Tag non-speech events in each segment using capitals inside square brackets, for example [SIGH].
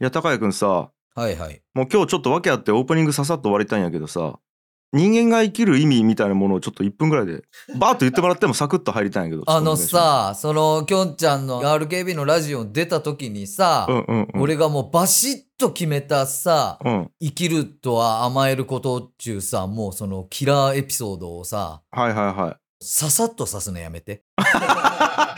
いや、高谷くんさ、はいはい。もう今日ちょっと訳あってオープニングささっと終わりたいんやけどさ、人間が生きる意味みたいなものをちょっと1分ぐらいで、バーッと言ってもらってもサクッと入りたいんやけど。あの、さ、その、きょんちゃんの RKB のラジオ出た時にさ、うんうんうん。、俺がもうバシッと決めたさ、うん。生きるとは甘えることっていうさ、もうそのキラーエピソードをさ、はいはいはささっと刺すのやめて。さ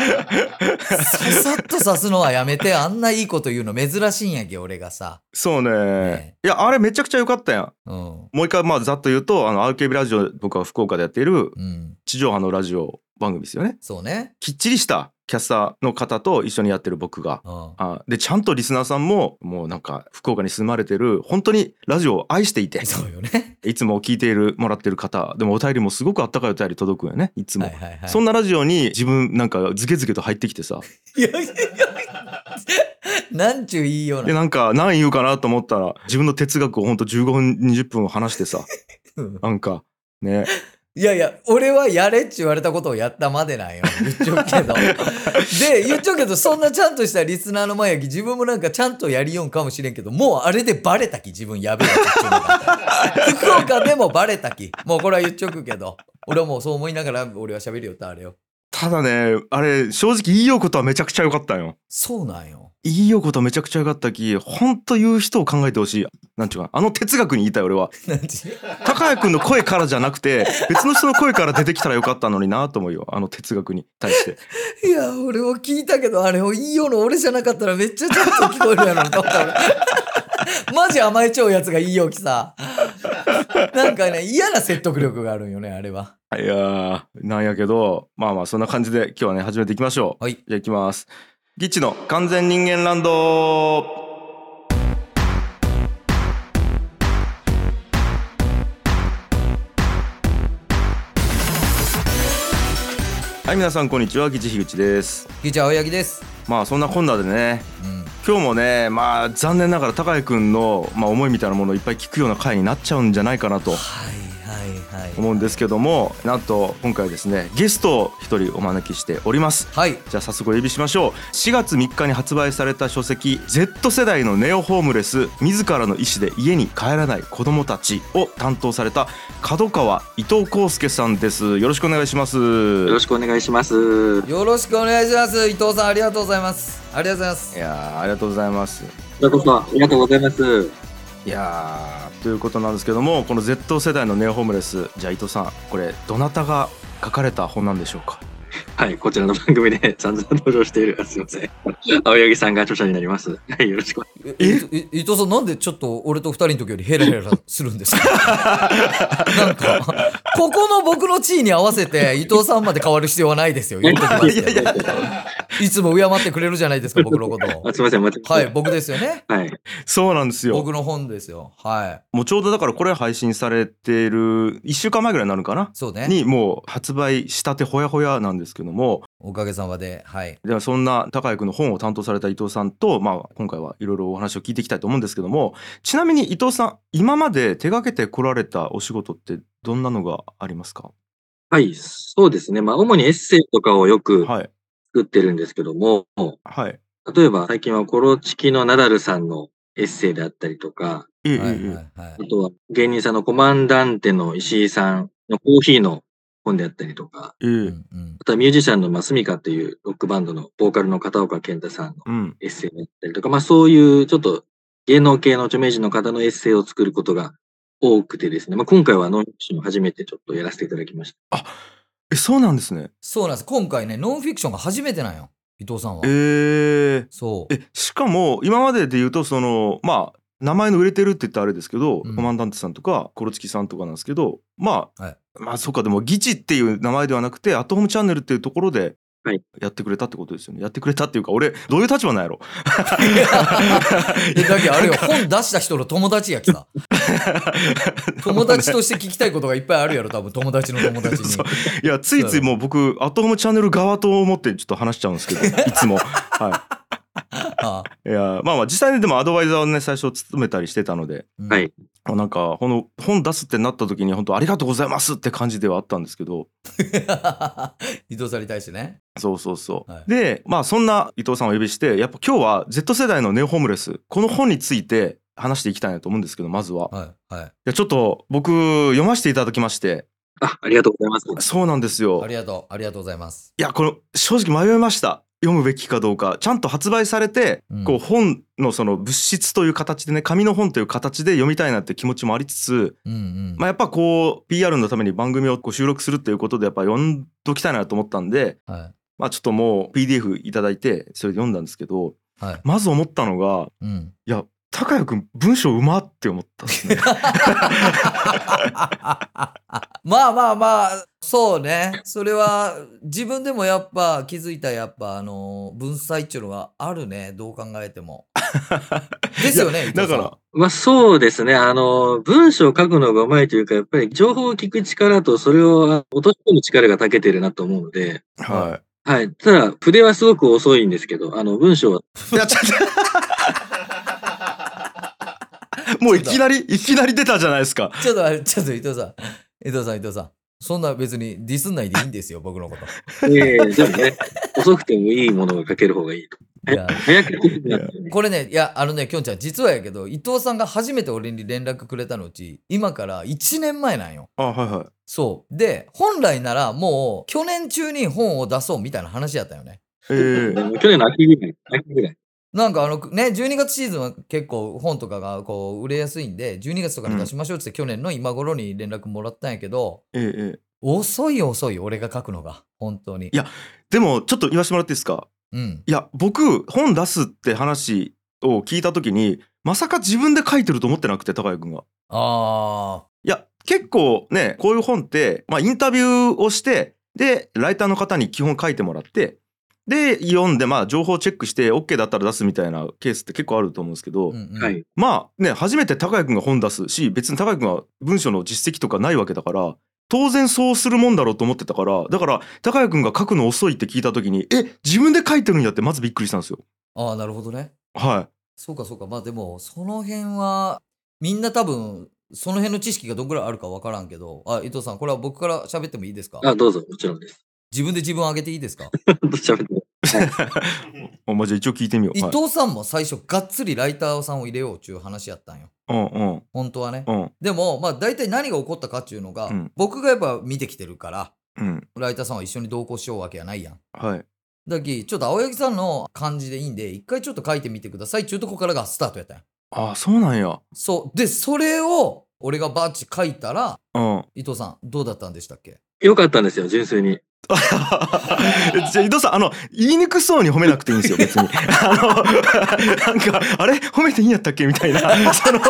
さっと刺すのはやめて、あんないいこと言うの珍しいんやけ、俺がさ。い。そうねねいや、あれめちゃくちゃ良かったやん。うん。もう一回、まあ、ざっと言うと、あの、RKB ラジオ、僕は福岡でやっているうん。地上波のラジオ番組ですよね。そうね。きっちりしたキャスターの方と一緒にやってる僕が。うん。あでちゃんとリスナーさんももうなんか福岡に住まれてる本当にラジオを愛していてそうよね。いつも聞いているもらってる方でもお便りもすごくあったかいお便り届くんよねいつも、はいはいはい。そんなラジオに自分なんかズケズケと入ってきてさいやいやいやなんちゅういいようでな。なんか何言うかなと思ったら自分の哲学をほんと15分20分話してさうんなんかねいやいや、俺はやれって言われたことをやったまでなんよ。言っちゃうけど。で、言っちゃうけど、そんなちゃんとしたリスナーの前やき、自分もなんかちゃんとやりよんかもしれんけど、もうあれでバレたき、自分やべえやつっていうのが福岡でもバレたき。もうこれは言っちゃうけど。俺はもうそう思いながら、俺は喋るよってあれよ。ただねあれ正直言いようことはめちゃくちゃ良かったんよそうなんよ。言いようことはめちゃくちゃ良かったきほんと言う人を考えてほしいなんていうかあの哲学に言いたい俺はなんち高谷君の声からじゃなくて別の人の声から出てきたらよかったのになと思うよあの哲学に対していや、俺を聞いたけど、あれをいいよの俺じゃなかったらめっちゃちゃんと聞こえるやろなと思った俺マジ甘えちゃうやつがいいよきさ。なんかね、嫌な説得力があるんよね、あれは。いやーなんやけどまあまあそんな感じで今日はね始めていきましょうはい。じゃあいきますギッチの完全人間ランドはい皆さんこんにちはギッチ樋口ですギチャ青柳です。まあそんなこんなでねうん。今日もねまあ残念ながら高井くんの、まあ、思いみたいなものをいっぱい聞くような回になっちゃうんじゃないかなとはいはいはい。思うんですけどもなんと今回はですねゲストを一人お招きしておりますはい。じゃあ早速お呼びしましょう4月3日に発売された書籍「Z 世代のネオホームレス自らの意思で家に帰らない子どもたち」を担当された角川伊藤康介さんですよろしくお願いしますよろしくお願いします。よろしくお願いします。伊藤さん、ありがとうございます。ありがとうございまいす。やーありがとうございますこちらこそありがとうございます。いやーということなんですけどもこの Z 世代のネオホームレスじゃあ伊藤さんこれどなたが書かれた本なんでしょうかはい、こちらの番組で [LAUGHS] 散々登場している。あすいません。青柳さんが著者になります。はい、よろしく。ええ伊藤さん、なんでちょっと俺と二人の時よりヘラヘラするんですかなんか、ここの僕の地位に合わせて伊藤さんまで変わる必要はないですよ。言っときますけどいやいやいつも敬ってくれるじゃな [LAUGHS] いですか、僕のことをあ。すいません、間違えはい、僕ですよね。はい。そうなんですよ僕の本ですよ。はい。もうちょうどだからこれ配信されている1週間前ぐらいになるかなそうね。にもう発売したてほやほやなんですけどもおかげさまで。はい。ではそんな高井君の本を担当された伊藤さんと、まあ、今回はいろいろお話を聞いていきたいと思うんですけどもちなみに伊藤さん今まで手がけてこられたお仕事ってどんなのがありますかはい、そうですね。まあ、主にエッセイとかをよくはい作ってるんですけども、はい例えば最近はコロチキのナダルさんのエッセイであったりとか、ええええはいはいええはあい。とは芸人さんのコマンダンテの石井さんのコーヒーの本であったりとか、ええうんうんあとはミュージシャンのマスミカというロックバンドのボーカルの片岡健太さんのうんエッセイだったりとか、まあそういうちょっと芸能系の著名人の方のエッセイを作ることが多くてですね、まあ今回はノンフィクションを初めてちょっとやらせていただきましあえそうなんですねそうなんです。今回ね、ノンフィクションが初めてなんよ。伊藤さんはえ。えそう。えしかも今までで言うとそのまあ名前の売れてるって言ったらあれですけど、うんコマンダンテさんとかコロチキさんとかなんですけどまあ、はいまあそうかでも「ギチ」っていう名前ではなくて「アットホームチャンネル」っていうところではいやってくれたってことですよね、やってくれたっていうか俺どういう立場なん [LAUGHS] やろ [LAUGHS] え、だけどあれよ、本出した人の友達やきさ。 [LAUGHS] 友達として聞きたいことがいっぱいあるやろ、多分友達の友達 [LAUGHS] にそ。いやついついもう僕「アットホームチャンネル」側と思ってちょっと話しちゃうんですけ [LAUGHS] どいつも。はああい、いやまあまあ実際にでもアドバイザーをね最初務めたりしてたのでうんはいあなんかこの本出すってなった時に本当ありがとうございますって感じではあったんですけど [LAUGHS] 伊藤さんに対してね。そうそうそう、はいでまあそんな伊藤さんをお呼びしてやっぱ今日は Z 世代のネオホームレスこの本について話していきたいなと思うんですけどまずは、いはい。はい。やちょっと僕読ませていただきましてあ、ありがとうございます。そうなんですよありがとう。ありがとうございます。いやこの正直迷いました読むべきかどうかちゃんと発売されて、うんこう本のその物質という形でね紙の本という形で読みたいなって気持ちもありつつ、うんうん。まあ、やっぱこう PR のために番組をこう収録するっていうことでやっぱ読んどきたいなと思ったんで、はまあ、ちょっともう PDF いただいてそれで読んだんですけどい。はい。まず思ったのがうん。いや高谷君文章うまって思ったっすね [LAUGHS] まあまあまあ、そうね。それは、自分でもやっぱ気づいた、やっぱ、あの、文才っていうのはあるね。どう考えて [LAUGHS] も。ですよね。伊だ藤さんから。まあそうですね。あの、文章を書くのがうまいというか、やっぱり情報を聞く力とそれを落とし込む力が長けてるなと思うので、ははい。ただ、筆はすごく遅いんですけど、あの、文章は、いいやちょっともういきなりいきなり出たじゃないですかちょっとあれ、ちょっと伊藤さん。伊藤さん、伊藤さん。そんな別にディスんないでいいんですよ、僕のこと。ええでもね、遅くてもいいものが書ける方がいいと。いや早く書くなってねこれね、いや、あのね、きょんちゃん、実はやけど、伊藤さんが初めて俺に連絡くれたのうち、今から1年前なんよ。あはいはいそう。で、本来ならもう、去年中に本を出そうみたいな話やったよね。ええもう去年の秋ぐらい、秋ぐらい。なんかあのね、12月シーズンは結構本とかがこう売れやすいんで、12月とかに出しましょうっつって去年の今頃に連絡もらったんやけど、ええええ遅い遅い、俺が書くのが、本当に。やでもちょっと言わせてもらっていいですかうん。いや僕本出すって話を聞いた時にまさか自分で書いてると思ってなくて高谷君が。あいや結構ねこういう本って、まあ、インタビューをしてでライターの方に基本書いてもらってで読んでまあ情報チェックして OK だったら出すみたいなケースって結構あると思うんですけど、ー。うんうんはい。まあね初めて高谷君が本出すし別に高谷君は文章の実績とかないわけだから当然そうするもんだろうと思ってたからだから高谷君が書くの遅いって聞いた時にえ自分で書いてるんやってまずびっくりしたんですよ。ああ、なるほどね。はそうかそうか。まあでも、その辺は、みんな多分、その辺の知識がどんぐらいあるかわからんけど、あ、伊藤さん、これは僕から喋ってもいいですかあ、どうぞ、もちろんです。自分で自分上げていいですか喋ってい。おまあじゃあ一応聞いてみよう。伊藤さんも最初、がっつりライターさんを入れようっていう話やったんよ。はい、うんうん本当はね。うんでも、まあ大体何が起こったかっていうのが、うん僕がやっぱ見てきてるから、うんライターさんは一緒に同行しようわけやないやん。はい。だき、ちょっと青柳さんの感じでいいんで、一回ちょっと書いてみてくださいっていうとこからがスタートやったんよ。ああそうなんや。そう。で、それを、俺がバッチ書いたら、うん。伊藤さん、どうだったんでしたっけよかったんですよ、純粋に。 [LAUGHS] じゃあ伊藤さんあの言いにくそうに褒めなくていいんですよ [LAUGHS] 別に。あのなんかあれ褒めていいんやったっけみたいな [LAUGHS] その。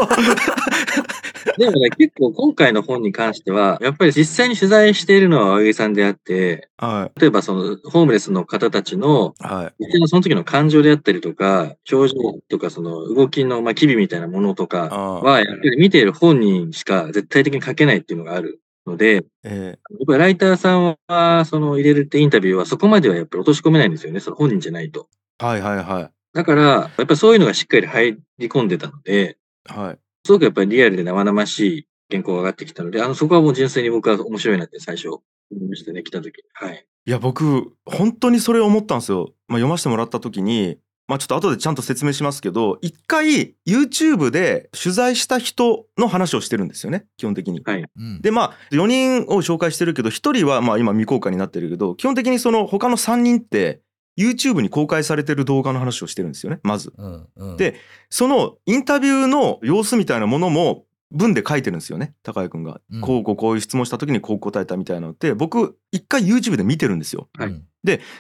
でもね、結構今回の本に関しては、やっぱり実際に取材しているのは青柳さんであって、は例えばその、ホームレスの方たちの、いはい。実際のその時の感情であったりとか、表情とか、その動きの、まあ、機微みたいなものとかああは、やっぱり見ている本人しか絶対的に書けないっていうのがあるので、やっえぱりライターさんは、その入れるってインタビューはそこまではやっぱり落とし込めないんですよね、その本人じゃないと。ーはいはいはい。だから、やっぱりそういうのがしっかり入り込んでたので、はい。すごくやっぱりリアルで生々しい原稿が上がってきたので、あの、そこはもう純粋に僕は面白いなって最初思いましたね、来た時。はい。いや僕本当にそれ思ったんですよ。まあ、読ませてもらった時に、まあ、ちょっと後でちゃんと説明しますけど一回 YouTube で取材した人の話をしてるんですよね基本的に。うん。でまあ4人を紹介してるけど1人はまあ今未公開になってるけど基本的にその他の3人って YouTube に公開されてる動画の話をしてるんですよねまず。うんうん、でそのインタビューの様子みたいなものも文で書いてるんですよね高谷君がうん。こうこうこういう質問した時にこう答えたみたいなのって僕一回 YouTube で見てるんですよ。はいうん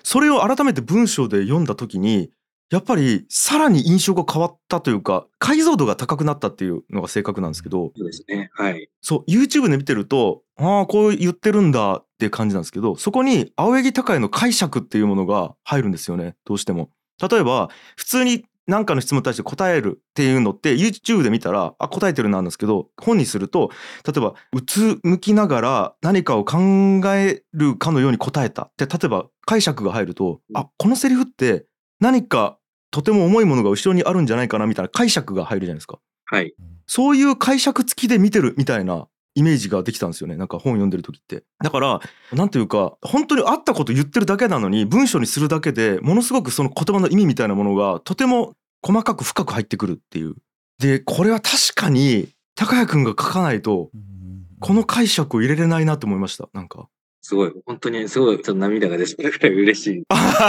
それを改めて文章で読んだ時にやっぱりさらに印象が変わったというか解像度が高くなったっていうのが正確なんですけどそうですね。はい。そう YouTube で見てるとああこう言ってるんだっていう感じなんですけどそこに青柳高也の解釈っていうものが入るんですよねどうしても。例えば普通に何かの質問に対して答えるっていうのって YouTube で見たらあ答えてるなんですけど本にすると例えばうつむきながら何かを考えるかのように答えたって例えば解釈が入るとあこのセリフって何かとても重いものが後ろにあるんじゃないかなみたいな解釈が入るじゃないですか。はい。そういう解釈付きで見てるみたいなイメージができたんですよねなんか本読んでる時ってだからなんていうか本当にあったこと言ってるだけなのに文章にするだけでものすごくその言葉の意味みたいなものがとても細かく深く入ってくるっていうでこれは確かに高谷くんが書かないとこの解釈を入れれないなと思いましたなんかすごい、本当にすごい、ちょっと涙が出そうなくらい嬉しい。なんか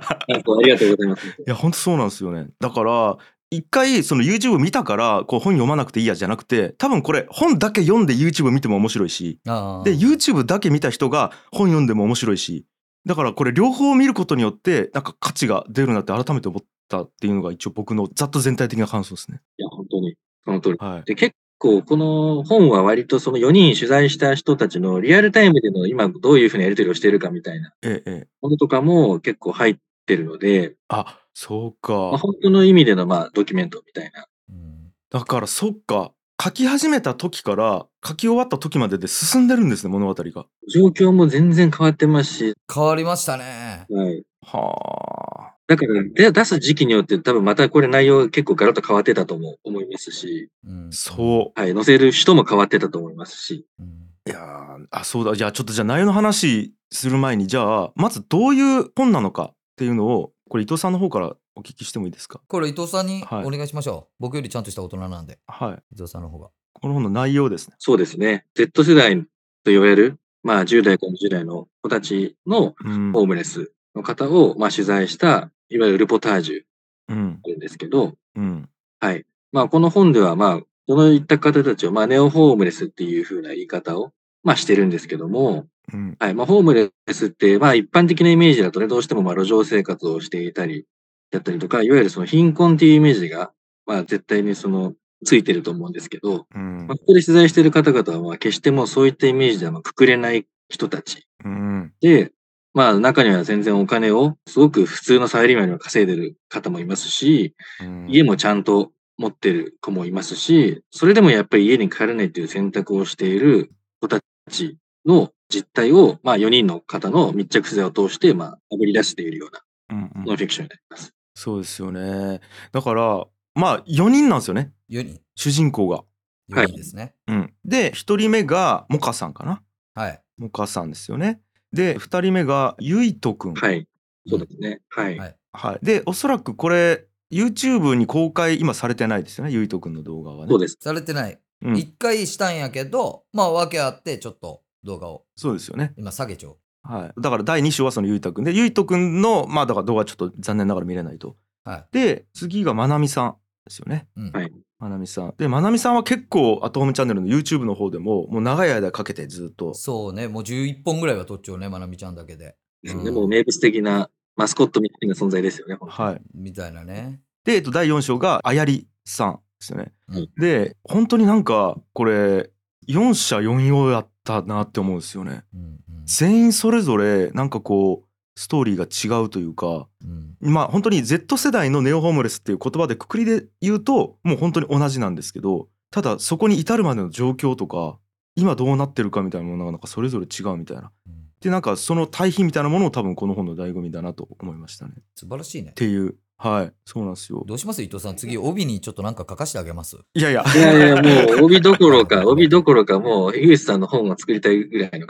ありがとうございます。いや本当そうなんですよねだから一回その YouTube 見たからこう本読まなくていいやじゃなくて多分これ本だけ読んで YouTube 見ても面白いしあーで YouTube だけ見た人が本読んでも面白いしだからこれ両方見ることによってなんか価値が出るなって改めて思ったっていうのが一応僕のざっと全体的な感想ですね。いや、本当に、その通り。はい、で、結構、この本は割とその4人取材した人たちのリアルタイムでの今どういうふうなやり取りをしているかみたいなええええ、ものとかも結構入ってるので、あそうまあ、か本当の意味でのまあドキュメントみたいな。うんだからそっか書き始めた時から書き終わった時までで進んでるんですね物語が。状況も全然変わってますし、変わりましたね。はい。はあだから、で出す時期によって多分またこれ内容が結構ガラッと変わってたとも思いますし、うんそうはい。載せる人も変わってたと思いますし、うんいやーあそうだじゃあちょっとじゃあ内容の話する前にじゃあまずどういう本なのかっていうのをこれ伊藤さんの方からお聞きしてもいいですかこれ伊藤さんにはいお願いしましょう、僕よりちゃんとした大人なんではい伊藤さんの方がこの本の内容ですねそうですね。Z 世代と言われる、まあ10代から20代の子たちのうんホームレスの方を、まあ、取材した、いわゆるルポタージュうんなんですけど、うんはい。まあ、この本では、まあ、このいった方たちを、まあ、ネオホームレスっていう風な言い方を、まあ、してるんですけども、うんはい。まあ、ホームレスって、まあ、一般的なイメージだとね、どうしても、まあ、路上生活をしていたり、だったりとか、いわゆるその貧困っていうイメージが、まあ、絶対にその、ついてると思うんですけど、うんまあ、ここで取材してる方々は、まあ、決してもうそういったイメージでは、まあ、くくれない人たちうんで、まあ中には全然お金をすごく普通のサラリーマンよりも稼いでる方もいますし、うん家もちゃんと持ってる子もいますし、それでもやっぱり家に帰らないっていう選択をしている子たちの実態を、まあ4人の方の密着取材を通して、まあ、あぶり出しているようなうんうんノンフィクションになります。そうですよねだからまあ4人なんですよね4人主人公が。は4い人ですねうん、で1人目がモカさんかなはい、モカさんですよね。で2人目がユイトくん。はい。そうですね。はい。はいはい、でおそらくこれ YouTube に公開今されてないですよねゆいとくんの動画はね。そうです。されてない、うん一回したんやけどまあ訳あってちょっと動画をそうですよね、今下げちゃおうはい、だから第2章はそのゆいたくんでゆいとくんのまあだから動画はちょっと残念ながら見れないと。はで次がまなみさんですよね。い、うんはいまなみさんでまなみさんは結構「アットホームチャンネル」の YouTube の方でももう長い間かけてずっとそうねもう11本ぐらいは撮っちゃうねまなみちゃんだけででうんもう名物的なマスコットみたいな存在ですよね。本当にはいみたいなねで、えっと、第4章があやりさんですよね。うんで本当になんかこれ4社4用やったなって思うんですよね。うん全員それぞれなんかこうストーリーが違うというかうんうんまあ本当に Z 世代のネオホームレスっていう言葉でくくりで言うともう本当に同じなんですけどただそこに至るまでの状況とか今どうなってるかみたいなものがなんかそれぞれ違うみたいなうんでなんかその対比みたいなものを多分この本の醍醐味だなと思いましたねっ素晴らしいねていうはいそうなんですよどうします伊藤さん次帯にちょっとなんか書かしてあげますいやいやいやいや、もう、帯どころ [LAUGHS] か、帯どころか、もう、樋口さんの本を作りたいぐらいの。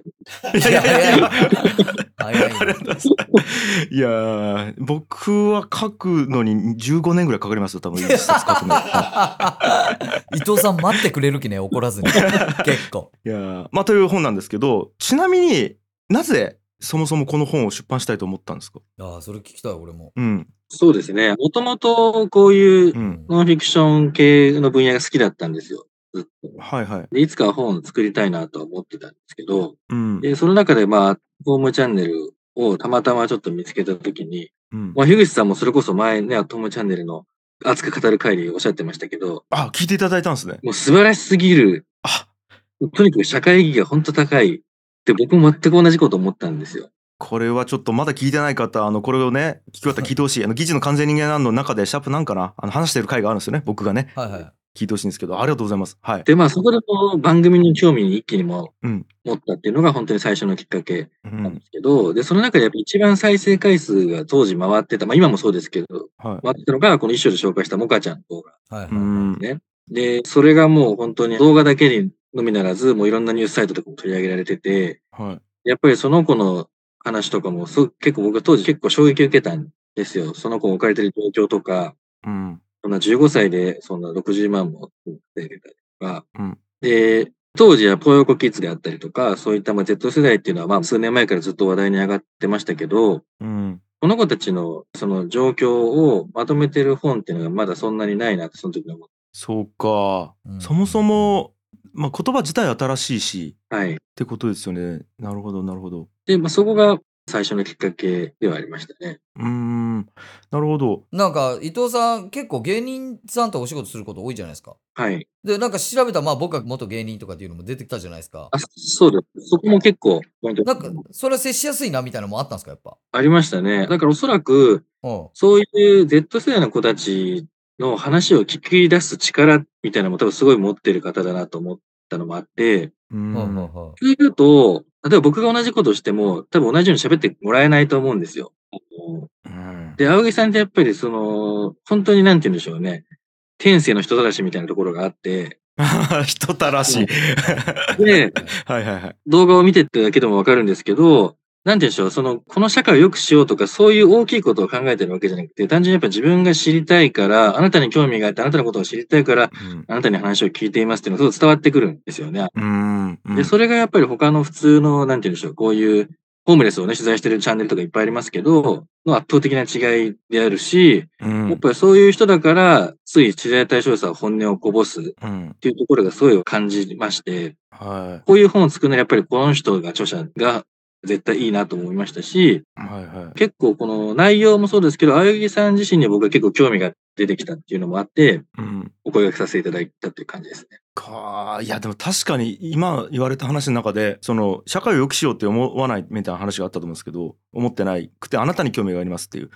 いやいやいや早い [LAUGHS] ねいやー僕は書くのに15年ぐらいかかりますよ多分一冊書く [LAUGHS] のに。伊藤さん待ってくれる気ね怒らずに結構いやーまあという本なんですけどちなみになぜそもそもこの本を出版したいと思ったんですかああそれ聞きたい俺も、うんそうですね。もともと、こういううんノンフィクション系の分野が好きだったんですよ。ずっと。はいはいで、いつかは本を作りたいなとは思ってたんですけど、うんで、その中で、まあ、ホームチャンネルをたまたまちょっと見つけたときに、うんまあ、樋口さんもそれこそ前ね、アットホームチャンネルの熱く語る会におっしゃってましたけど、あ聞いていただいたんですねもう素晴らしすぎる、あとにかく社会意義が本当高いって僕も全く同じこと思ったんですよ。これはちょっとまだ聞いてない方あのこれをね聞き終わったら聞いてほしいあの「議事の完全人間なんの中でシャープなんかなあの話してる回があるんですよね僕がねはいはい聞いてほしいんですけどありがとうございますはいで、まあ、そこでこう番組に興味に一気にもうん持ったっていうのが本当に最初のきっかけうなんでんすけど、で、その中でやっぱ一番再生回数が当時回ってた、まあ今もそうですけど、はい回ってたのが、この一章で紹介したモカちゃんの動画はいはい、うんね。で、それがもう本当に動画だけにのみならず、もういろんなニュースサイトとかも取り上げられてて、はい。やっぱりその子の話とかもすごく結構僕当時結構衝撃を受けたんですよ。その子が置かれてる状況とか、うん。そんな15歳でそんな60万も稼いでたりとか、うんで、当時はポヨコキッズであったりとか、そういったまあ Z 世代っていうのはまあ数年前からずっと話題に上がってましたけど、うん。この子たちのその状況をまとめてる本っていうのがまだそんなにないなってその時に思っそうか。うんそもそも、まあ、言葉自体新しいし、て。はい。ってことですよね。なるほど、なるほど。で、まあ、そこが最初のきっかけではありましたね。うーん。なるほど。なんか伊藤さん結構芸人さんとお仕事すること多いじゃないですか。はい。でなんか調べたらまあ僕は元芸人とかっていうのも出てきたじゃないですかあ。そうです。そこも結構ポイントなんかそれは接しやすいなみたいなのもあったんですかやっぱ。ありましたね。だからおそらく、うん。そういう Z 世代の子たちの話を聞き出す力みたいなのも多分すごい持ってる方だなと思ったのもあって、うーうんうんん。うんそういうと、例えば僕が同じことしても、多分同じように喋ってもらえないと思うんですよ。あのうん [LAUGHS] で、青木さんってやっぱりその、本当になんて言うんでしょうね。天性の人たらしみたいなところがあって、人たらしい。で、 [LAUGHS] はいはいはい。動画を見てってだけでもわかるんですけど、なんて言うんでしょう、その、この社会を良くしようとか、そういう大きいことを考えてるわけじゃなくて、単純にやっぱ自分が知りたいから、あなたに興味があって、あなたのことを知りたいから、うんあなたに話を聞いていますっていうのがすごく伝わってくるんですよね。うーん。うんで、それがやっぱり他の普通の、なんて言うんでしょう、こういう、ホームレスをね、取材してるチャンネルとかいっぱいありますけど、の圧倒的な違いであるし、うんやっぱりそういう人だから、つい知り合い対象者は本音をこぼすっうん。ていうところがすごい感じまして、はこういう本を作るのはやっぱりこの人が著者が絶対いいなと思いましたし、い。はいはい。結構この内容もそうですけど、青柳さん自身に僕は結構興味が出てきたっていうのもあって、うん。お声掛けさせていただいたっていう感じですね。かあいやでも確かに今言われた話の中でその社会を良くしようって思わないみたいな話があったと思うんですけど思ってないくてあなたに興味がありますっていう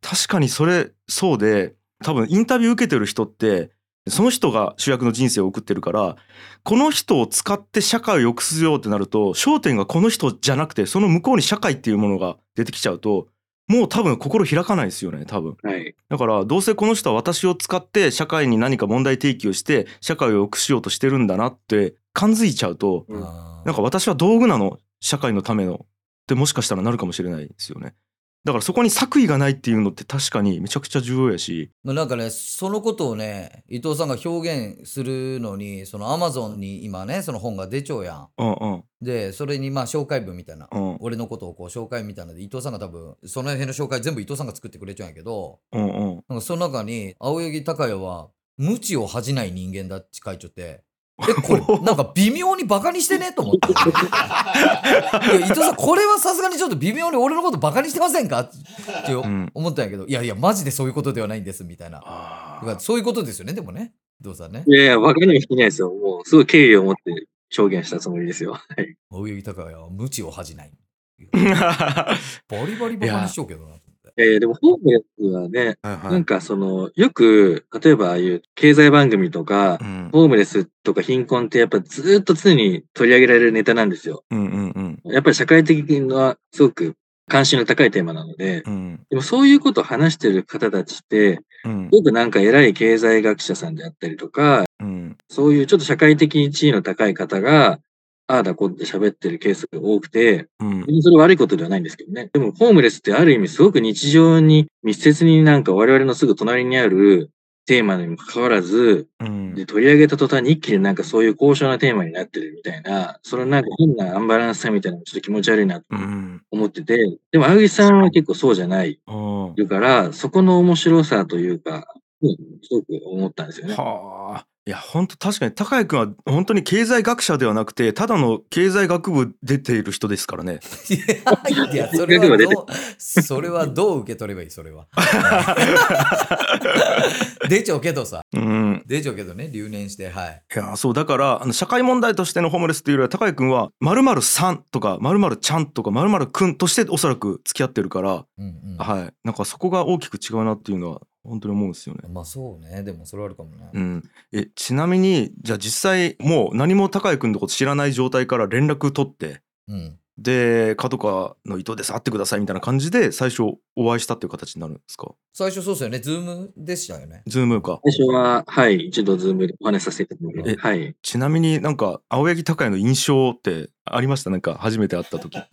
確かにそれそうで多分インタビュー受けてる人ってその人が主役の人生を送ってるからこの人を使って社会を良くしようってなると焦点がこの人じゃなくてその向こうに社会っていうものが出てきちゃうともう多分心開かないですよね多分。 [LAUGHS] はい。だからどうせこの人は私を使って社会に何か問題提起をして社会を良くしようとしてるんだなって感づいちゃうとうんあーなんか私は道具なの社会のためのってもしかしたらなるかもしれないですよね。だからそこに作為がないっていうのって確かにめちゃくちゃ重要やし、まあなんかねそのことをね伊藤さんが表現するのにそのアマゾンに今ねその本が出ちゃうやんうんうんでそれにまあ紹介文みたいな、うん俺のことをこう紹介みたいなので伊藤さんが多分その辺の紹介全部伊藤さんが作ってくれちゃうんやけどうんうん。なんかその中に青柳高也は無知を恥じない人間だって書いちゃってえこ [LAUGHS] れなんか微妙にバカにしてねと思 [LAUGHS] っていや伊藤さんこれはさすがにちょっと微妙に俺のことバカにしてませんかってん思ったんやけど、いやいやマジでそういうことではないんですみたいなあだかーらそういうことですよねでもね伊藤さんねいやいや、わかんない人いないですよ。もう、すごい敬意を持って表現したつもりですよ。はい。青柳高也は無知を恥じないはバリバリバカにしようけどな [LAUGHS] と思ってえー、でも、ホームレスはね、いなはんい。かその、よく、例えばああいう経済番組とかう、んホームレスとか貧困ってやっぱずーっと常に取り上げられるネタなんですよ。うんうんうんやっぱり社会的なすごく関心の高いテーマなので、うんでもそういうことを話してる方たちって、うん僕なんか偉い経済学者さんであったりとか、うんそういうちょっと社会的地位の高い方が、ああだこうだって喋ってるケースが多くて、うん別にそれは悪いことではないんですけどね。でもホームレスってある意味すごく日常に密接になんか我々のすぐ隣にあるテーマにもかかわらず、うんで、取り上げた途端に一気になんかそういう高尚なテーマになってるみたいな、そのなんか変なアンバランスさみたいなのもちょっと気持ち悪いなとうん思ってて、でも、青木さんは結構そうじゃないあーいるから、そこの面白さというか、うんすごく思ったんですよね。はあ。いや本当確かに高井君は本当に経済学者ではなくてただの経済学部出ている人ですからね。いやいやそれはどうそれはどう受け取ればいいそれ [LAUGHS] は出ちゃうけどさうん、出ちゃうけどね留年してはいいやそうだからあの社会問題としてのホームレスというよりは高井君は「まるさん」とか「まるちゃん」とか「まるくん」としておそらく付き合ってるから、うんうんはい、なんかそこが大きく違うなっていうのは本当に思うんですよね。まあそうねでもそれはあるかもね、うん、えちなみにじゃあ実際もう何も高井君のこと知らない状態から連絡取ってうんで角川の伊藤です会ってくださいみたいな感じで最初お会いしたっていう形になるんですか最初そうですよね。ズームでしたよね。ズームか最初は、はい、一度ズームでお話しさせていただいえて、はい。ちなみになんか青柳高也の印象ってありましたなんか初めて会った [LAUGHS] 時って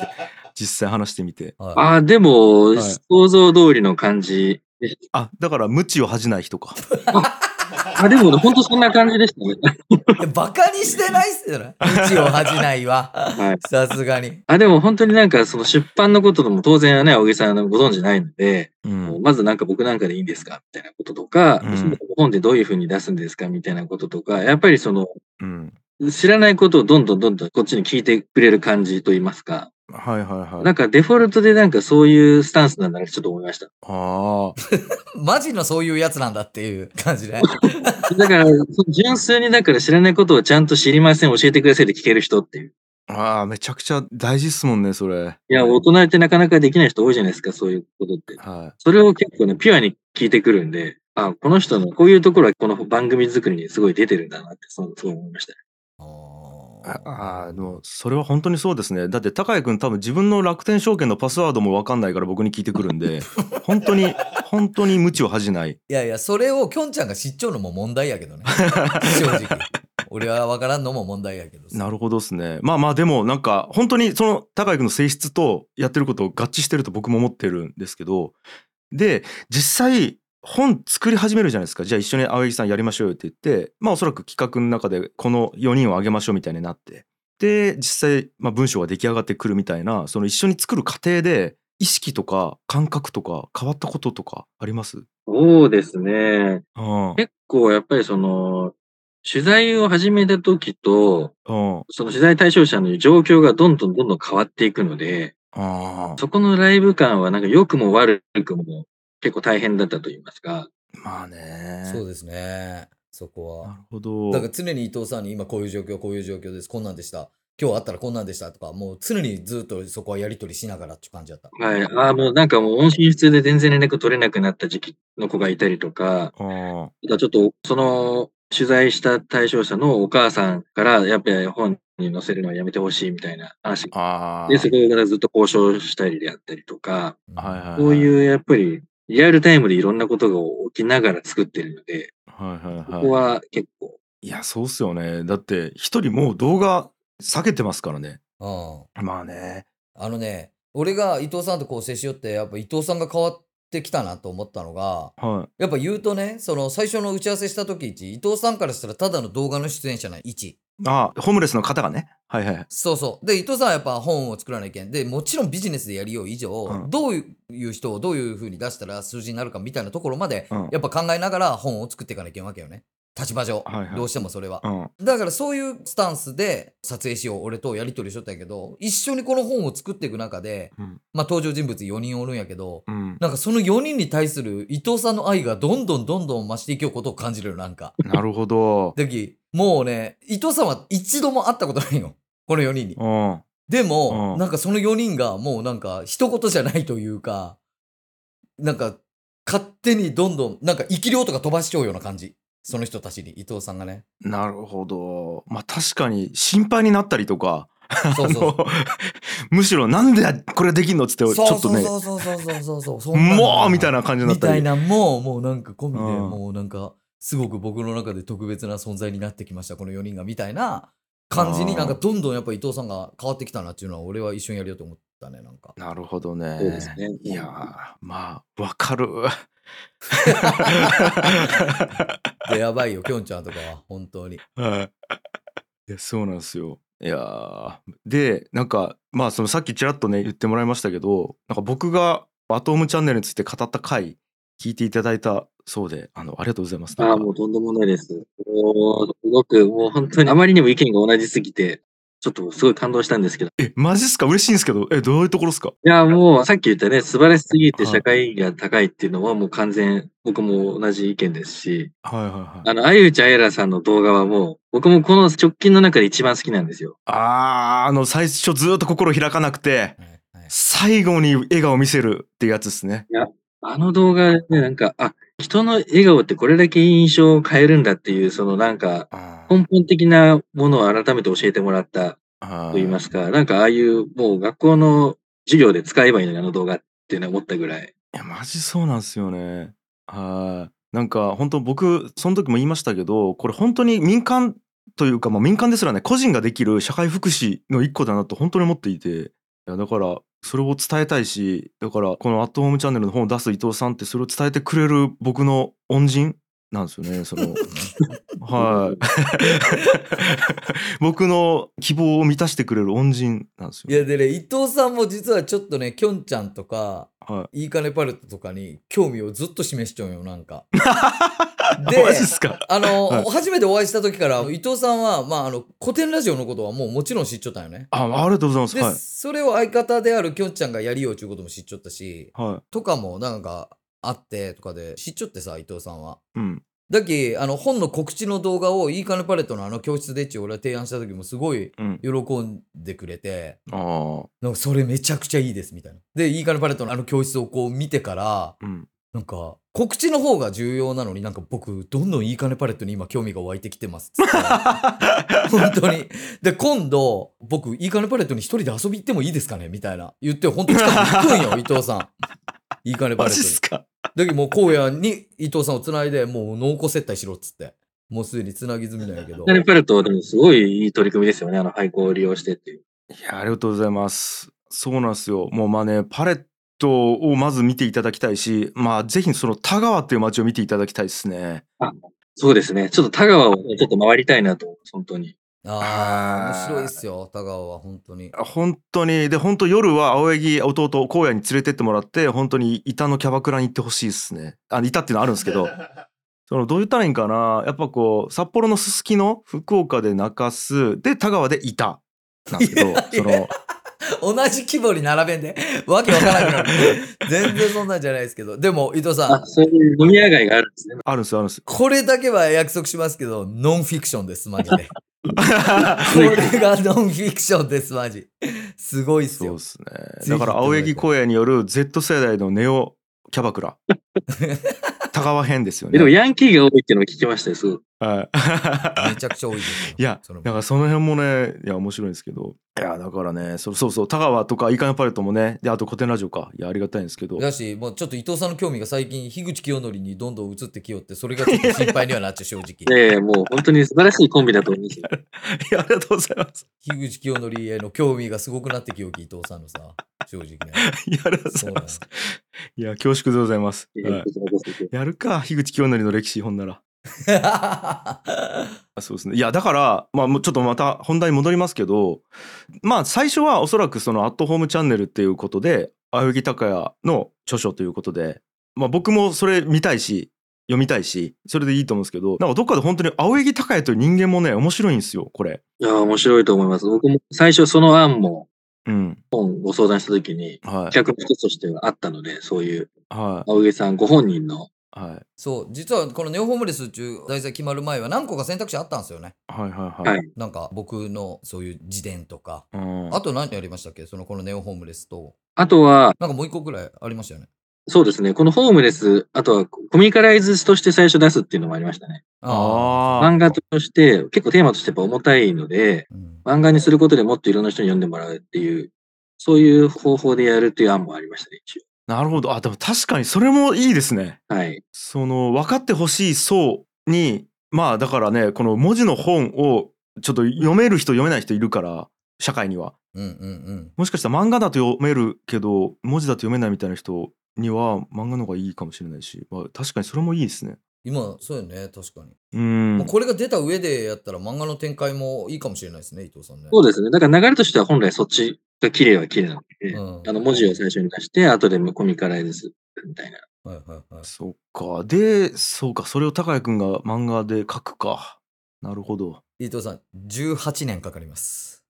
実際話してみてはいああ、でも、い想像通りの感じ。あだから無知を恥じない人かあ、でも、 [LAUGHS] 本当そんな感じでしたね。いやバカにしてないっすよね。道を恥じな [LAUGHS] いわ。はい。さすがに。あ、でも本当になんか、その出版のこととも当然はね、青木さんはご存知ないので、うんまずなんか僕なんかでいいんですかみたいなこととか、うんその本でどういうふうに出すんですかみたいなこととか、やっぱりその、うん知らないことをどんどんどんどんこっちに聞いてくれる感じといいますか、はいはいはいなんかデフォルトでなんかそういうスタンスなんだなってちょっと思いました。ああマジのそういうやつなんだっていう [LAUGHS] 感じね。だから、その純粋にだから知らないことをちゃんと知りません、教えてくださいって聞ける人っていう。ああ、めちゃくちゃ大事っすもんね、それ。いや、大人ってなかなかできない人多いじゃないですか、そういうことって。はそれを結構ね、ピュアに聞いてくるんで、あ、この人のこういうところはこの番組作りにすごい出てるんだなって、そうそう思いました。い。ああー、でも、それは本当にそうですね。だって、高谷君多分自分の楽天証券のパスワードもわかんないから僕に聞いてくるん [LAUGHS] で、本当に、本当に無知を恥じない。いやいや、それをきょんちゃんが知っちゃうのも問題やけどね。正直。俺は分からんのも問題やけどさ。なるほどですね。まあまあ、でもなんか、本当にその高谷君の性質とやってることを合致してると僕も思ってるんですけど、で、実際、本作り始めるじゃないですか。じゃあ一緒に青柳さんやりましょうよって言って、まあおそらく企画の中でこの4人をあげましょうみたいになって。で、実際、まあ文章が出来上がってくるみたいな、その一緒に作る過程で、意識とか感覚とか変わったこととかありますそうですね。うん。結構やっぱりその、取材を始めた時と、うん。その取材対象者の状況がどんどんどんどん変わっていくので、あーそこのライブ感はなんか良くも悪くも結構大変だったと言いますか。まあね。そうですね。そこなるは。ほど。だから常に伊藤さんに今こういう状況、こういう状況です。こんなんでした。今日あったらこんなんでしたとか、もう常にずっとそこはやりとりしながらっていう感じだった。はい。ああ、もうなんかもう音信不通で全然連絡取れなくなった時期の子がいたりとか、うんあとはちょっとその取材した対象者のお母さんからやっぱり本に載せるのはやめてほしいみたいな話がああ。で、そこからずっと交渉したりであったりとか、はいはいはいこういうやっぱりリアルタイムでいろんなことが起きながら作ってるので、はいはいはい。ここは結構、いや、そうっすよね。だって、一人もう動画下げてますからね。うん。まあね。あのね、俺が伊藤さんと構成しよって、やっぱ伊藤さんが変わってきたなと思ったのが、はやっぱ言うとね、その最初の打ち合わせした時一、伊藤さんからしたらただの動画の出演者ない一。い。あ、ホームレスの方がね。はいはい。そうそう。で、伊藤さんはやっぱ本を作らなきゃいけん。で、もちろんビジネスでやりよう以上、うんどういう人をどういう風に出したら数字になるかみたいなところまで、うんやっぱ考えながら本を作っていかなきゃいけんわけよね。立場上。はいはいどうしてもそれはう。ん。だからそういうスタンスで撮影しよう俺とやり取りしとったんやけど一緒にこの本を作っていく中で、うんまあ登場人物4人おるんやけどうん。なんかその4人に対する伊藤さんの愛がどんどんどんどん増していきようことを感じるよなんか。 [LAUGHS] なるほど。だきもうね伊藤さんは一度も会ったことないよこの4人に。うん。あでも、うんなんかその4人がもうなんか一言じゃないというかなんか勝手にどんどんなんか生き量とか飛ばしちゃうような感じその人たちに伊藤さんがね。なるほど。まあ確かに心配になったりとか、そうそうそうあの [LAUGHS] むしろなんでこれできんのっつって、ちょっとね、そうそうそうそうそうそうそう。もうみたいなな感じになみったたいり。なもうもうなんか込みで、うんもうなんかすごく僕の中で特別な存在になってきましたこの4人がみたいな感じになんかどんどんやっぱ伊藤さんが変わってきたなっていうのは俺は一緒にやるようと思ったねなんか。なるほどね。そうですねいやー、まあ、わかる。でやばいよきょんちゃんとかは本当に。 [LAUGHS] はいいやそうなんですよ。いやーでなんかまあそのさっきちらっとね言ってもらいましたけどなんか僕が「アトムチャンネル」について語った回聞いていただいたそうであのありがとうございます。ああ、もうとんでもないです。もう、すごく、もう本当にあまりにも意見が同じすぎて、ちょっとすごい感動したんですけど。えマジっすか嬉しいんですけどえどういうところっすかいや、もうさっき言ったね、素晴らしすぎてはい社会が高いっていうのはもう完全、僕も同じ意見ですし、はいはいはい。あの、あゆうちあやらさんの動画はもう、僕もこの直近の中で一番好きなんですよ。あーあの最初ずーっと心開かなくてはいはい最後に笑顔見せるっていうやつですね。あの動画ね、なんか、あ、人の笑顔ってこれだけ印象を変えるんだっていう、そのなんか、あー根本的なものを改めて教えてもらったあと言いーますか、なんかああいうもう学校の授業で使えばいいのにあの動画っていうのは思ったぐらい。いや、マジそうなんですよね。はい。なんか、本当僕、その時も言いましたけど、これ本当に民間というか、まあ民間ですらね、個人ができる社会福祉の一個だなと本当に思っていて、いや、だから、それを伝えたいし、だから、このアットホームチャンネルの本を出す伊藤さんって、それを伝えてくれる僕の恩人なんですよね、そ [LAUGHS] の。はい。 [LAUGHS] 僕の希望を満たしてくれる恩人なんですいよ。やでね伊藤さんも実はちょっとねきょんちゃんとかはいいかねパレットとかに興味をずっと示しちゃうよな [LAUGHS] んかい。でマジっすか。あの、はい初めてお会いした時から伊藤さんは、まあ、あの古典ラジオのことはもうもちろん知っちゃったよねあ、ありがとうございます。で、はい。それを相方であるきょんちゃんがやりようちゅうことも知っちゃったしは。とかもなんかあってとかで知っちゃってさ伊藤さんはいうん。だっきあの本の告知の動画をいいかねパレットのあの教室でっちゅう俺は提案した時もすごいうん。喜んでくれてあなんかそれめちゃくちゃいいですみたいなでいいかねパレットのあの教室をこう見てからあ、うん。なんか告知の方が重要なのになんか僕どんどんいいかねパレットに今興味が湧いてきてますっつって本 [LAUGHS] 当にで今度僕いいかねパレットに一人で遊び行ってもいいですかねみたいな言って本当近くに [LAUGHS] 行くんよ伊藤さんいいかねパマレッジっトにすか。だけどもう荒野に伊藤さんをつないでもう濃厚接待しろっつってもうすでにつなぎ済みなんやけどナレパルト、でもすごいいい取り組みですよね。あの廃校を利用してっていう。いや、ありがとうございます。そうなんですよ。もうまあね、パレットをまず見ていただきたいし、まあぜひその田川っていう街を見ていただきたいですね。そうですね。ちょっと田川をちょっと回りたいなと、本当に。あああー面白いっすよ田川は本当に本当に、で、本当夜は青柳弟、荒野に連れてってもらって、本当に板のキャバクラに行ってほしいですね。あ、板っていうのあるんですけ [LAUGHS] ど。そのどう言ったらいいんかなやっぱこう札幌のすすきの福岡で中洲で田川で板なんですけどその同じ規模に並べんで、 [LAUGHS] わけわからなくなる。 [LAUGHS] 全然そんなんじゃないですけど。でも、伊藤さんあ、、そういう飲み屋街があるんですね。あるんですよあるんですよこれだけは約束しますけど、ノンフィクションです、マジで。これがノンフィクションです、マジ。すごいっすそうよで。すぜひね。だから青い柳ただ公演による Z 世代のネオキャバクラ。田川編ですよえでもね。ヤンキーが多いっていうのを聞きましたよ、すごい。はい [LAUGHS] めちゃくちゃ多いですよ。いやそれもだからその辺もねいや面白いんですけどいやだからねそそうそう田川とかイカのパレットもねであと古典ラジオかいやあり [LAUGHS] がたいんですけどだし、もうちょっと伊藤さんの興味が最近、樋口清則にどんどん移ってきよって、それがちょっと心配にはなっちゃう、正直。ええもう本当に素晴らしいコンビだと思いますよ。いやありがとうございます樋口清則への興味がすごくなってきよき、伊藤さんのさ、正直ね。いやありがとうございますいや恐縮でございます、ええはいこちらこそやるか樋口清則の歴史本ならそうなんやあそうですね。いや、だから、まあ、もうちょっとまた本題に戻りますけど、まあ、最初はおそらくそのアットホームチャンネルっていうことで、青柳高也の著書ということで、まあ、僕もそれ見たいし、読みたいし、それでいいと思うんですけど、なんかどっかで本当に青柳高也という人間もね、面白いんですよ、これ。いや、面白いと思います。僕も最初その案もうん。ご相談したときに、はい。企画の一つとしてはあったので、そういうは青木さんご本人の、い。はい。そう、実はこのネオホームレス中題材決まる前は何個か選択肢あったんですよね。はい。はい。は。はいいなんか僕のそういう自伝とか。うんあと何やりましたっけそのこのネオホームレスと。あとは、なんかもう一個くらいありましたよね。そうですね、このホームレス、あとはコミカライズとして最初出すっていうのもありましたね。あー漫画として、結構テーマとしてやっぱ重たいので、あ。うん漫画にすることでもっといろんな人に読んでもらうっていう、そういう方法でやるっていう案もありましたね、一なるほど。あ、でも確かにそれもいいですね。応。はい。その分かってほしい層にまあだからねこの文字の本をちょっと読める人読めない人いるから社会にはうんうんもしかしたら漫画だと読めるけど文字だと読めないみたいな人には漫画の方がいいかもしれないし、まあ、確かにそれもいいですね。うん。今、そうよね、確かに。うーんもうこれが出た上でやったら漫画の展開もいいかもしれないですね、伊藤さんね。そうでですね。だから流れとしては本来そっちが綺麗は綺麗なので、うんあの文字を最初に出して、後でコミカライズするみたいな。はいはいはい。そっかでそうかそれを高谷くんが漫画で書くかなるほど。伊藤さん、18年かかり [LAUGHS] ます。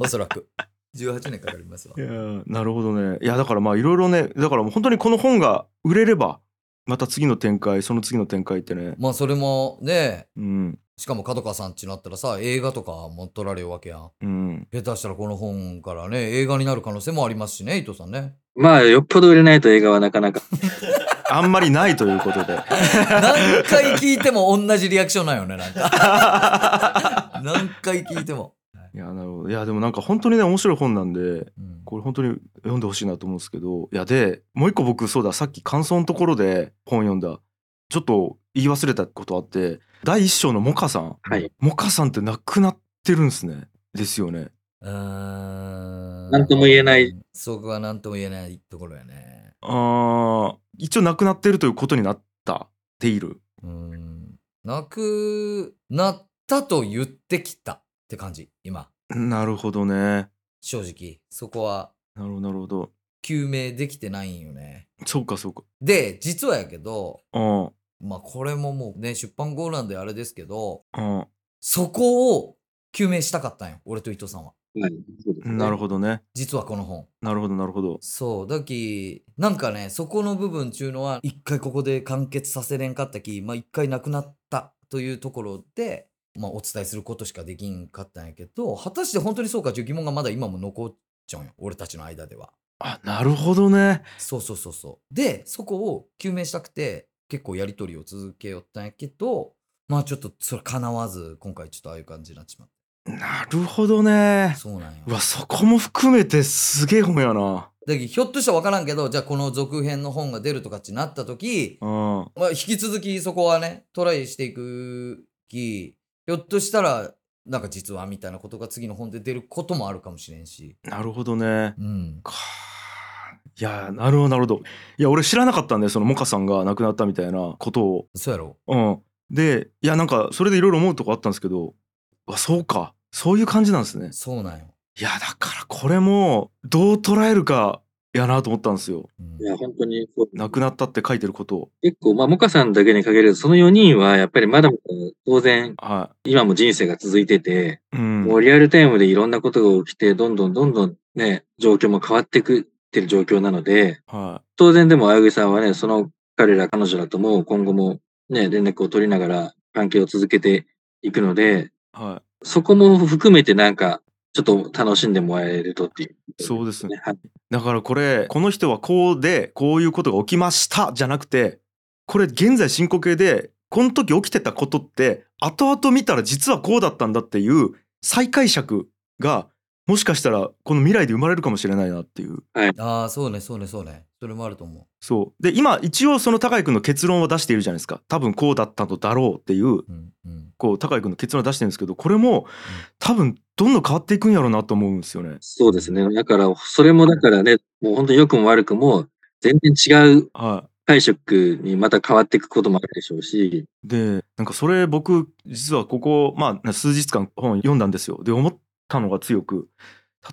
おそらく。18年かかりますわい。やーなるほどねいやだからまあいろいろねだからもう本当にこの本が売れればまた次の展開その次の展開ってねまあそれもね、うんしかも角川さんちなったらさ映画とかも撮られるわけやんうん下手したらこの本からね映画になる可能性もありますしね伊藤さんねまあ、よっぽど売れないと映画はなかなか。あんまりないということで。何回聞いても同じリアクションなんよねなんか [LAUGHS] 何回聞いても。 [LAUGHS] いやなるほどいやでもなんか本当にね面白い本なんでうんこれ本当に読んでほしいなと思うんですけどいやでもう一個僕そうださっき感想のところで本読んだちょっと言い忘れたことあって第一章のモカさんはい。モカさんって亡くなってるんですねですよねうーんなんとも言えない。そこは何とも言えないところやね。あー一応亡くなってるということになったっているうーん。なくなったと言ってきたって感じ、今。なるほどね正直。そこはなるほどなるほど究明できてないんよね。そうかそうかで、実はやけど、うんまあこれももうね、出版後なんであれですけど、うんそこを究明したかったんよ。俺と伊藤さんは。はい。そうですねなるほどね実はこの本。なるほどなるほどそう。だき、なんかね、そこの部分ちゅうのは、一回ここで完結させれんかったき、まあ一回なくなったというところで、まあお伝えすることしかできんかったんやけど、果たして本当にそうかという疑問がまだ今も残っちゃうんよ。俺たちの間では。あなるほどねそうそうそうそう。で、そこを究明したくて、結構やりとりを続けよったんやけど、まあちょっとそれ叶わず、今回ちょっとああいう感じになっちまっなるほどねた。そうなんよ。うわそこも含めてすげえ本やなだきひょっとしたら分からんけど、じゃあこの続編の本が出るとかってなった時、うんまあ、引き続きそこはね、トライしていくき、ひょっとしたら、なんか実はみたいなことが次の本で出ることもあるかもしれんし。なるほどねうん。かいやなるほどなるほどいや俺知らなかったんでそのモカさんが亡くなったみたいなことをそうやろうんでいやなんかそれでいろいろ思うとこあったんですけどうわそうかそういう感じなんですねそうなんよ。いやだからこれもどう捉えるかやなと思ったんですようんいや、本当にそう亡くなったって書いてることを結構、まあ、モカさんだけに限らず、その4人は、やっぱりまだまだ当然、は今も人生が続いてて、いうんもうリアルタイムでいろんなことが起きて、どんどんどんどんね、状況も変わってくってる状況なので、は当然でも、あやぐさんはね、その彼ら、彼女らとも今後もね、連絡を取りながら関係を続けていくので、いはそこも含めてなんか、ちょっと楽しんでもらえるとっていう、いそうですねね。はいだからこれこの人はこうでこういうことが起きましたじゃなくてこれ現在進行形でこの時起きてたことって後々見たら実はこうだったんだっていう再解釈がもしかしたらこの未来で生まれるかもしれないなっていうああ、そうね、そうね、そうね。それもあると思そうで今一応その高井君の結論は出しているじゃないですか多分こうだったのだろうっていうう。うん。うん。こう高井君の結論は出してるんですけどこれも多分どんどん変わっていくんやろうなと思うんですよね。そうですね。だから、それもだからね、もう本当に良くも悪くも、全然違うはい解釈にまた変わっていくこともあるでしょうし、でなんかそれ僕実はここまあ数日間本読んだんですよで思ったのが強く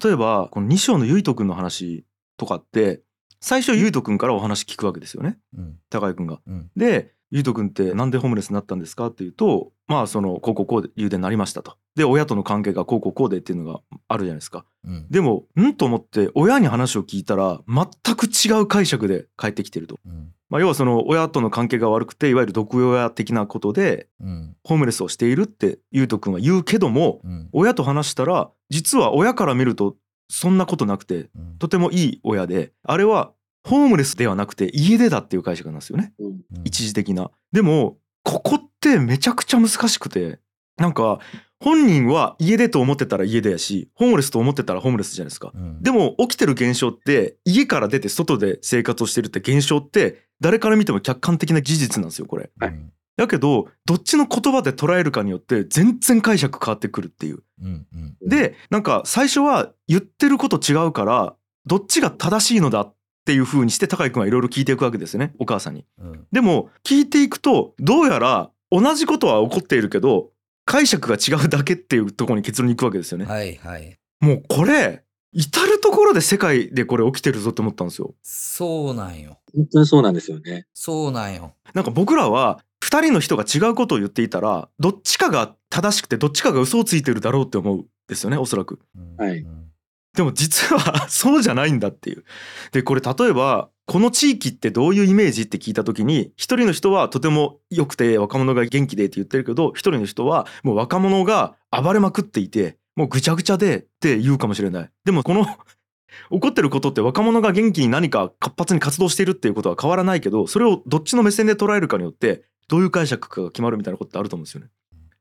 例えばこの2章のゆいとくんの話とかって最初ゆいとくんからお話聞くわけですよねうん。高井くんが。うん。でゆいとくんってなんでホームレスになったんですかっていうとまあそのこうこうこうで理由でなりましたと。で親との関係がこうこうこうでっていうのがあるじゃないですか。うん。でもんと思って親に話を聞いたら全く違う解釈で返ってきてると。うん。まあ、要はその親との関係が悪くていわゆる毒親的なことでうん。ホームレスをしているってゆうとくんは言うけどもうん。親と話したら実は親から見るとそんなことなくてうんとてもいい親であれはホームレスではなくて家出だっていう解釈なんですよねうんうん一時的な。でもここってめちゃくちゃ難しくてなんか本人は家出と思ってたら家出やしホームレスと思ってたらホームレスじゃないですか。うんでも起きてる現象って家から出て外で生活をしてるって現象って誰から見ても客観的な事実なんですよこれ。はいうんだけどどっちの言葉で捉えるかによって全然解釈変わってくるっていう。うんうんでなんか最初は言ってること違うからどっちが正しいのだっていう風にして高井くんはいろいろ聞いていくわけですよねお母さんに。うんでも聞いていくとどうやら同じことは起こっているけど解釈が違うだけっていうところに結論に行くわけですよね。はいはい。もうこれ至る所で世界でこれ起きてるぞって思ったんですよ。そうなんよ。本当にそうなんですよね。そうなんよ。なんか僕らは2人の人が違うことを言っていたらどっちかが正しくてどっちかが嘘をついてるだろうって思うんですよねおそらく。うんはいうんでも実は [LAUGHS] そうじゃないんだっていう。でこれ例えばこの地域ってどういうイメージって聞いた時に一人の人はとても良くて若者が元気でって言ってるけど一人の人はもう若者が暴れまくっていてもうぐちゃぐちゃでって言うかもしれない。でもこの [LAUGHS] 起こってることって若者が元気に何か活発に活動しているっていうことは変わらないけどそれをどっちの目線で捉えるかによってどういう解釈かが決まるみたいなことってあると思うんですよね。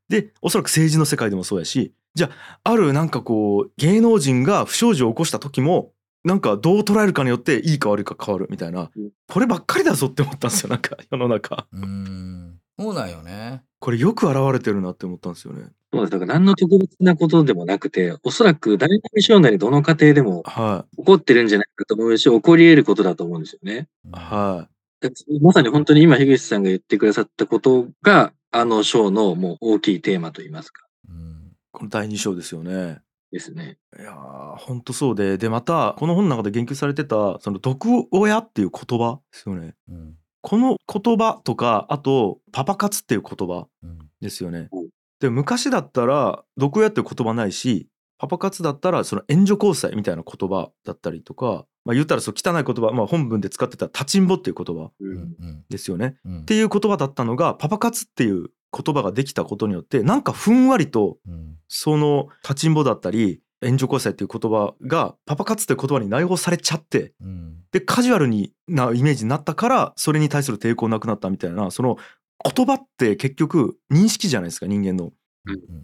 でおそらく政治の世界でもそうやしじゃああるなんかこう芸能人が不祥事を起こした時もなんかどう捉えるかによっていいか悪いか変わるみたいなうんこればっかりだぞって思ったんですよなんか世の中うーんそうなんよねこれよく表れてるなって思ったんですよねそうです。だから何の特別なことでもなくて、おそらく誰も未少年にどの家庭でもは起こってるんじゃないかと思うし、起こり得ることだと思うんですよね。いはだからまさに本当に今、樋口さんが言ってくださったことが、あの章のもう大きいテーマといいますか、い、うんいこの第2章ですよねですね。いやーほんとそうででまたこの本の中で言及されてたその毒親っていう言葉ですよねうんこの言葉とかあとパパ活っていう言葉うんですよねうん。で昔だったら毒親っていう言葉ないしパパ活だったらその援助交際みたいな言葉だったりとか、まあ、言ったらそう汚い言葉、まあ、本文で使ってた立ちんぼっていう言葉ううんんうんですよね。うんっていう言葉だったのがパパ活っていう言葉ができたことによってなんかふんわりとうんその立ちんぼだったり援助交際っていう言葉がパパ活っていう言葉に内包されちゃってうんでカジュアルになイメージになったからそれに対する抵抗なくなったみたいなその言葉って結局認識じゃないですか人間の。うん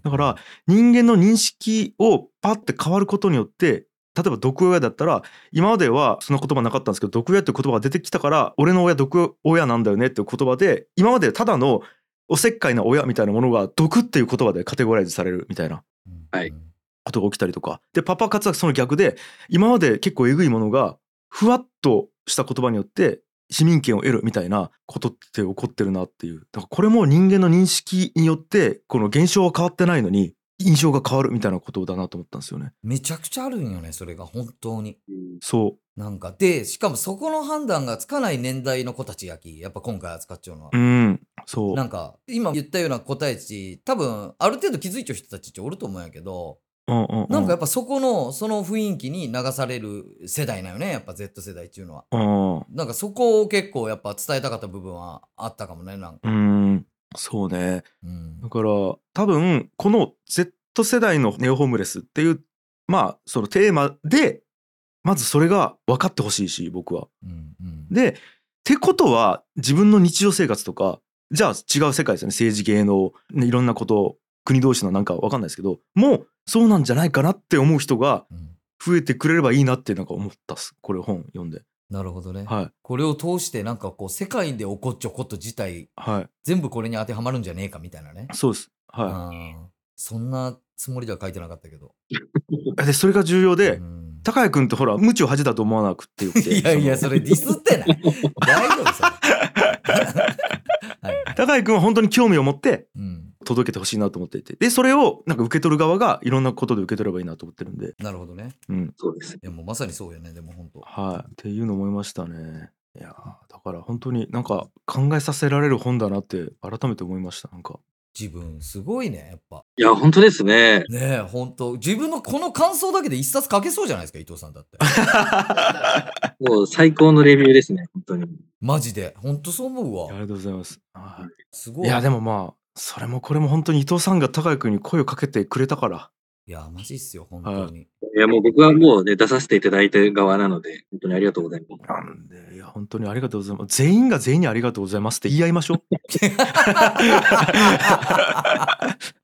だから人間の認識をパッて変わることによって例えば毒親だったら今まではその言葉なかったんですけど毒親っていう言葉が出てきたから俺の親毒親なんだよねっていう言葉で今までただのおせっかいな親みたいなものが毒っていう言葉でカテゴライズされるみたいなうんはいことが起きたりとかでパパ活はその逆で今まで結構えぐいものがふわっとした言葉によって市民権を得るみたいなことって起こってるなっていうだからこれも人間の認識によってこの現象は変わってないのに印象が変わるみたいなことだなと思ったんですよね。めちゃくちゃあるんよねそれが本当にうんそなんかでしかもそこの判断がつかない年代の子たちやきやっぱ今回扱っちゃうのはう、うん、そうなんか今言ったような答え値多分ある程度気づいちゃう人たちっておると思うんやけどうんうんうんなんかやっぱそこのその雰囲気に流される世代なよねやっぱ Z 世代っていうのはうんなんかそこを結構やっぱ伝えたかった部分はあったかもねなんか、うんそうねうんだから多分この Z 世代のネオホームレスっていうまあそのテーマでまずそれが分かってほしいし僕は。うんうんでってことは自分の日常生活とかじゃあ違う世界ですよね政治芸能、ね、いろんなこと国同士のなんか分かんないですけどもうそうなんじゃないかなって思う人がうん増えてくれればいいなってなんか思ったっすこれ本読んでなるほどね、はいこれを通してなんかこう世界で起こっちょこと自体はい全部これに当てはまるんじゃねえかみたいなね、そうですはうんそんなつもりでは書いてなかったけどいでそれが重要で、うん高谷君ってほら無知を恥だと思わなくってよくていやいや、そそれディスってない。大丈夫さ。はい。の [LAUGHS] 高谷君は本当に興味を持ってうん。届けてほしいなと思っていてでそれをなんか受け取る側がいろんなことで受け取ればいいなと思ってるんでなるほどね。うんそうです。いや、もうまさにそうよね、でも本当。はい、っていうの思いましたね。いやーだから本当になんか考えさせられる本だなって改めて思いましたなんか自分、すごいね、やっぱ。いや、本当ですね。ねえ、本当自分のこの感想だけで一冊書けそうじゃないですか、伊藤さん [LAUGHS] だって。もう最高のレビューですね、本当に。マジで。本当そうあ思うりわ。がとうございます。はすい、ごいい。やでもまあそれもこれも本当に伊藤さんが高井君に声をかけてくれたからいや、マジっすよ、本当に。いや、もう僕はもうね、出させていただいて側なので、本当にありがとうございます。なんでいや本当にありがとうございます全員が全員にありがとうございますって言い合いましょう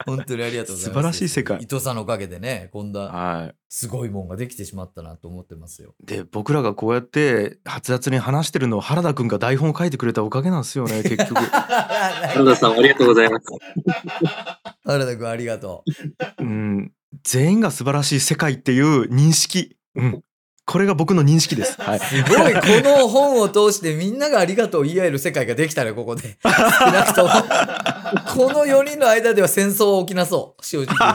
本当にありがとうございます。素晴らしい世界伊藤さんのおかげでね、こんなはすごいもんができてしまったなと思ってま [LAUGHS] すよ。いで僕らがこうやってはつらつに話してるのを原田君が台本を書いてくれたおかげなんですよね結局原田さん、ありがとうございます。原田君ありがとう。うん全員が素晴らしい世界っていう認識うんこれが僕の認識です [LAUGHS] はいすごい、この本を通してみんながありがとうを言い合える世界ができたね、ここで。少 [LAUGHS] なくとも。この4人の間では戦争は起きなそう、正直。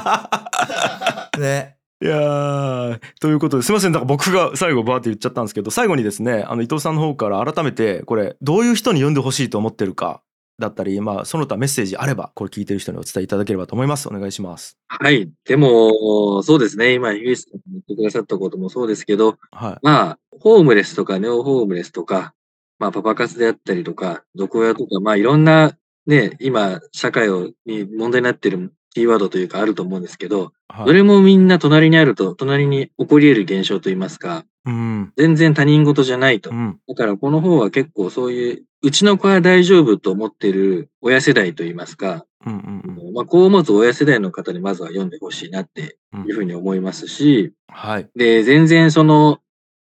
[LAUGHS] ね。いやーということですいませんなんか僕が最後バーって言っちゃったんですけど最後にですねあの伊藤さんの方から改めてこれどういう人に読んでほしいと思ってるかだったり、まあ、その他メッセージあればこれ聞いてる人にお伝えいただければと思いますお願いします。はい。でも、そうですね。今、樋口さんが言ってくださったこともそうですけど、はい、まあ、ホームレスとか、ネオホームレスとか、まあ、パパ活であったりとか、毒親とか、まあ、いろんな、ね、今、社会をに問題になってるキーワードというかあると思うんですけど、はどいれもみんな隣にあると、隣に起こり得る現象といいますか、うん全然他人事じゃないとう。んだからこの方は結構そういう、うちの子は大丈夫と思ってる親世代といいますか、うんうんまあ、子を持つ親世代の方にまずは読んでほしいなってうんいうふうに思いますし、はいで、全然その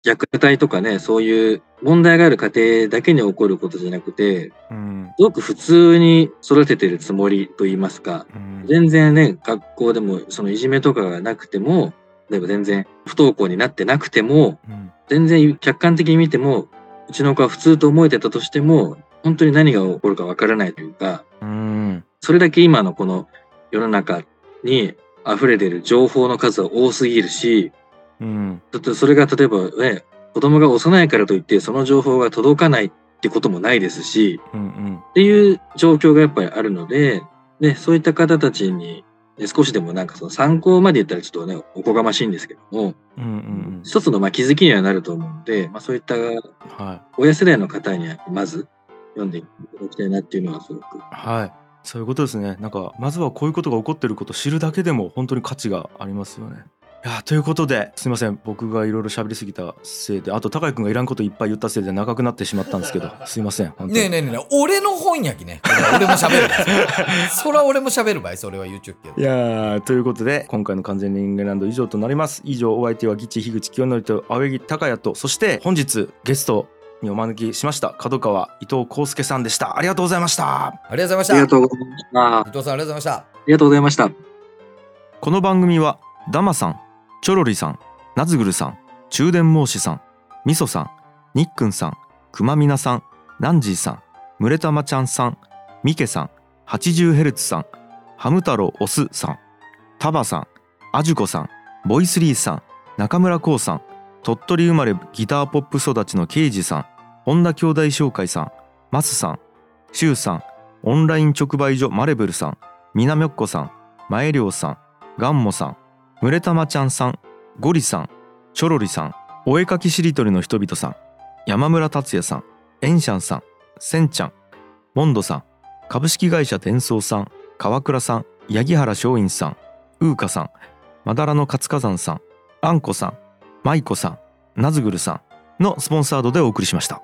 虐待とかね、そういう問題がある家庭だけに起こることじゃなくて、うんすごく普通に育ててるつもりといいますか、うん全然ね、学校でもそのいじめとかがなくても、例えば全然不登校になってなくても、うん全然客観的に見ても、うちの子は普通と思えてたとしても、本当に何が起こるかわからないというか、うんそれだけ今のこの世の中に溢れてる情報の数は多すぎるし、うんだってそれが例えばね、子供が幼いからといってその情報が届かないってこともないですし、うんっていう状況がやっぱりあるので、で、そういった方たちに、ね少しでもなんかその参考まで言ったらちょっとね、おこがましいんですけども、うんうん一つのまあ気づきにはなると思うので、まあそういったはい親世代の方にはまず読んでいただきたいなっていうのはすごく。はいそういうことですねなんかまずはこういうことが起こってることを知るだけでも本当に価値がありますよねいやということですいません僕がいろいろ喋りすぎたせいであと高井君がいらんこといっぱい言ったせいで長くなってしまったんです [LAUGHS] けどすいません本当ねえにねえねえねえ俺の本やきねこれ俺も喋るわそら俺も喋るばいそれは言っちゃうけどいやーということで今回の完全人間ランド以上となります以上お相手はギチ樋口清則と青柳高也とそして本日ゲストにお招きしました角川伊藤康介さんでしたありがとうございましたありがとうござあいました伊りがとうございました。あ藤さんありがとうございましたりがとうございました。この番組はダマさんチョロリさんナズグルさん中電毛子さんみそさんにっくんさんくまみなさんナンジーさんむれたまちゃんさんみけさん80ヘルツさんハム太郎オスさんタバさんあじゅこさんボイスリーさん中村こうさん鳥取生まれギターポップ育ちのケイジさん本田兄弟紹介さんマスさんシュウさんオンライン直売所マレブルさんみなみょっこさんまえりょうさんガンモさん、むれたまちゃんさん、ゴリさん、チョロリさん、お絵かきしりとりの人々さん、山村達也さん、エンシャンさん、センちゃん、モンドさん、株式会社転送さん、川倉さん、八木原松陰さん、ウーカさん、まだらの活火山さん、あんこさん、まいこさん、なずぐるさんのスポンサードでお送りしました。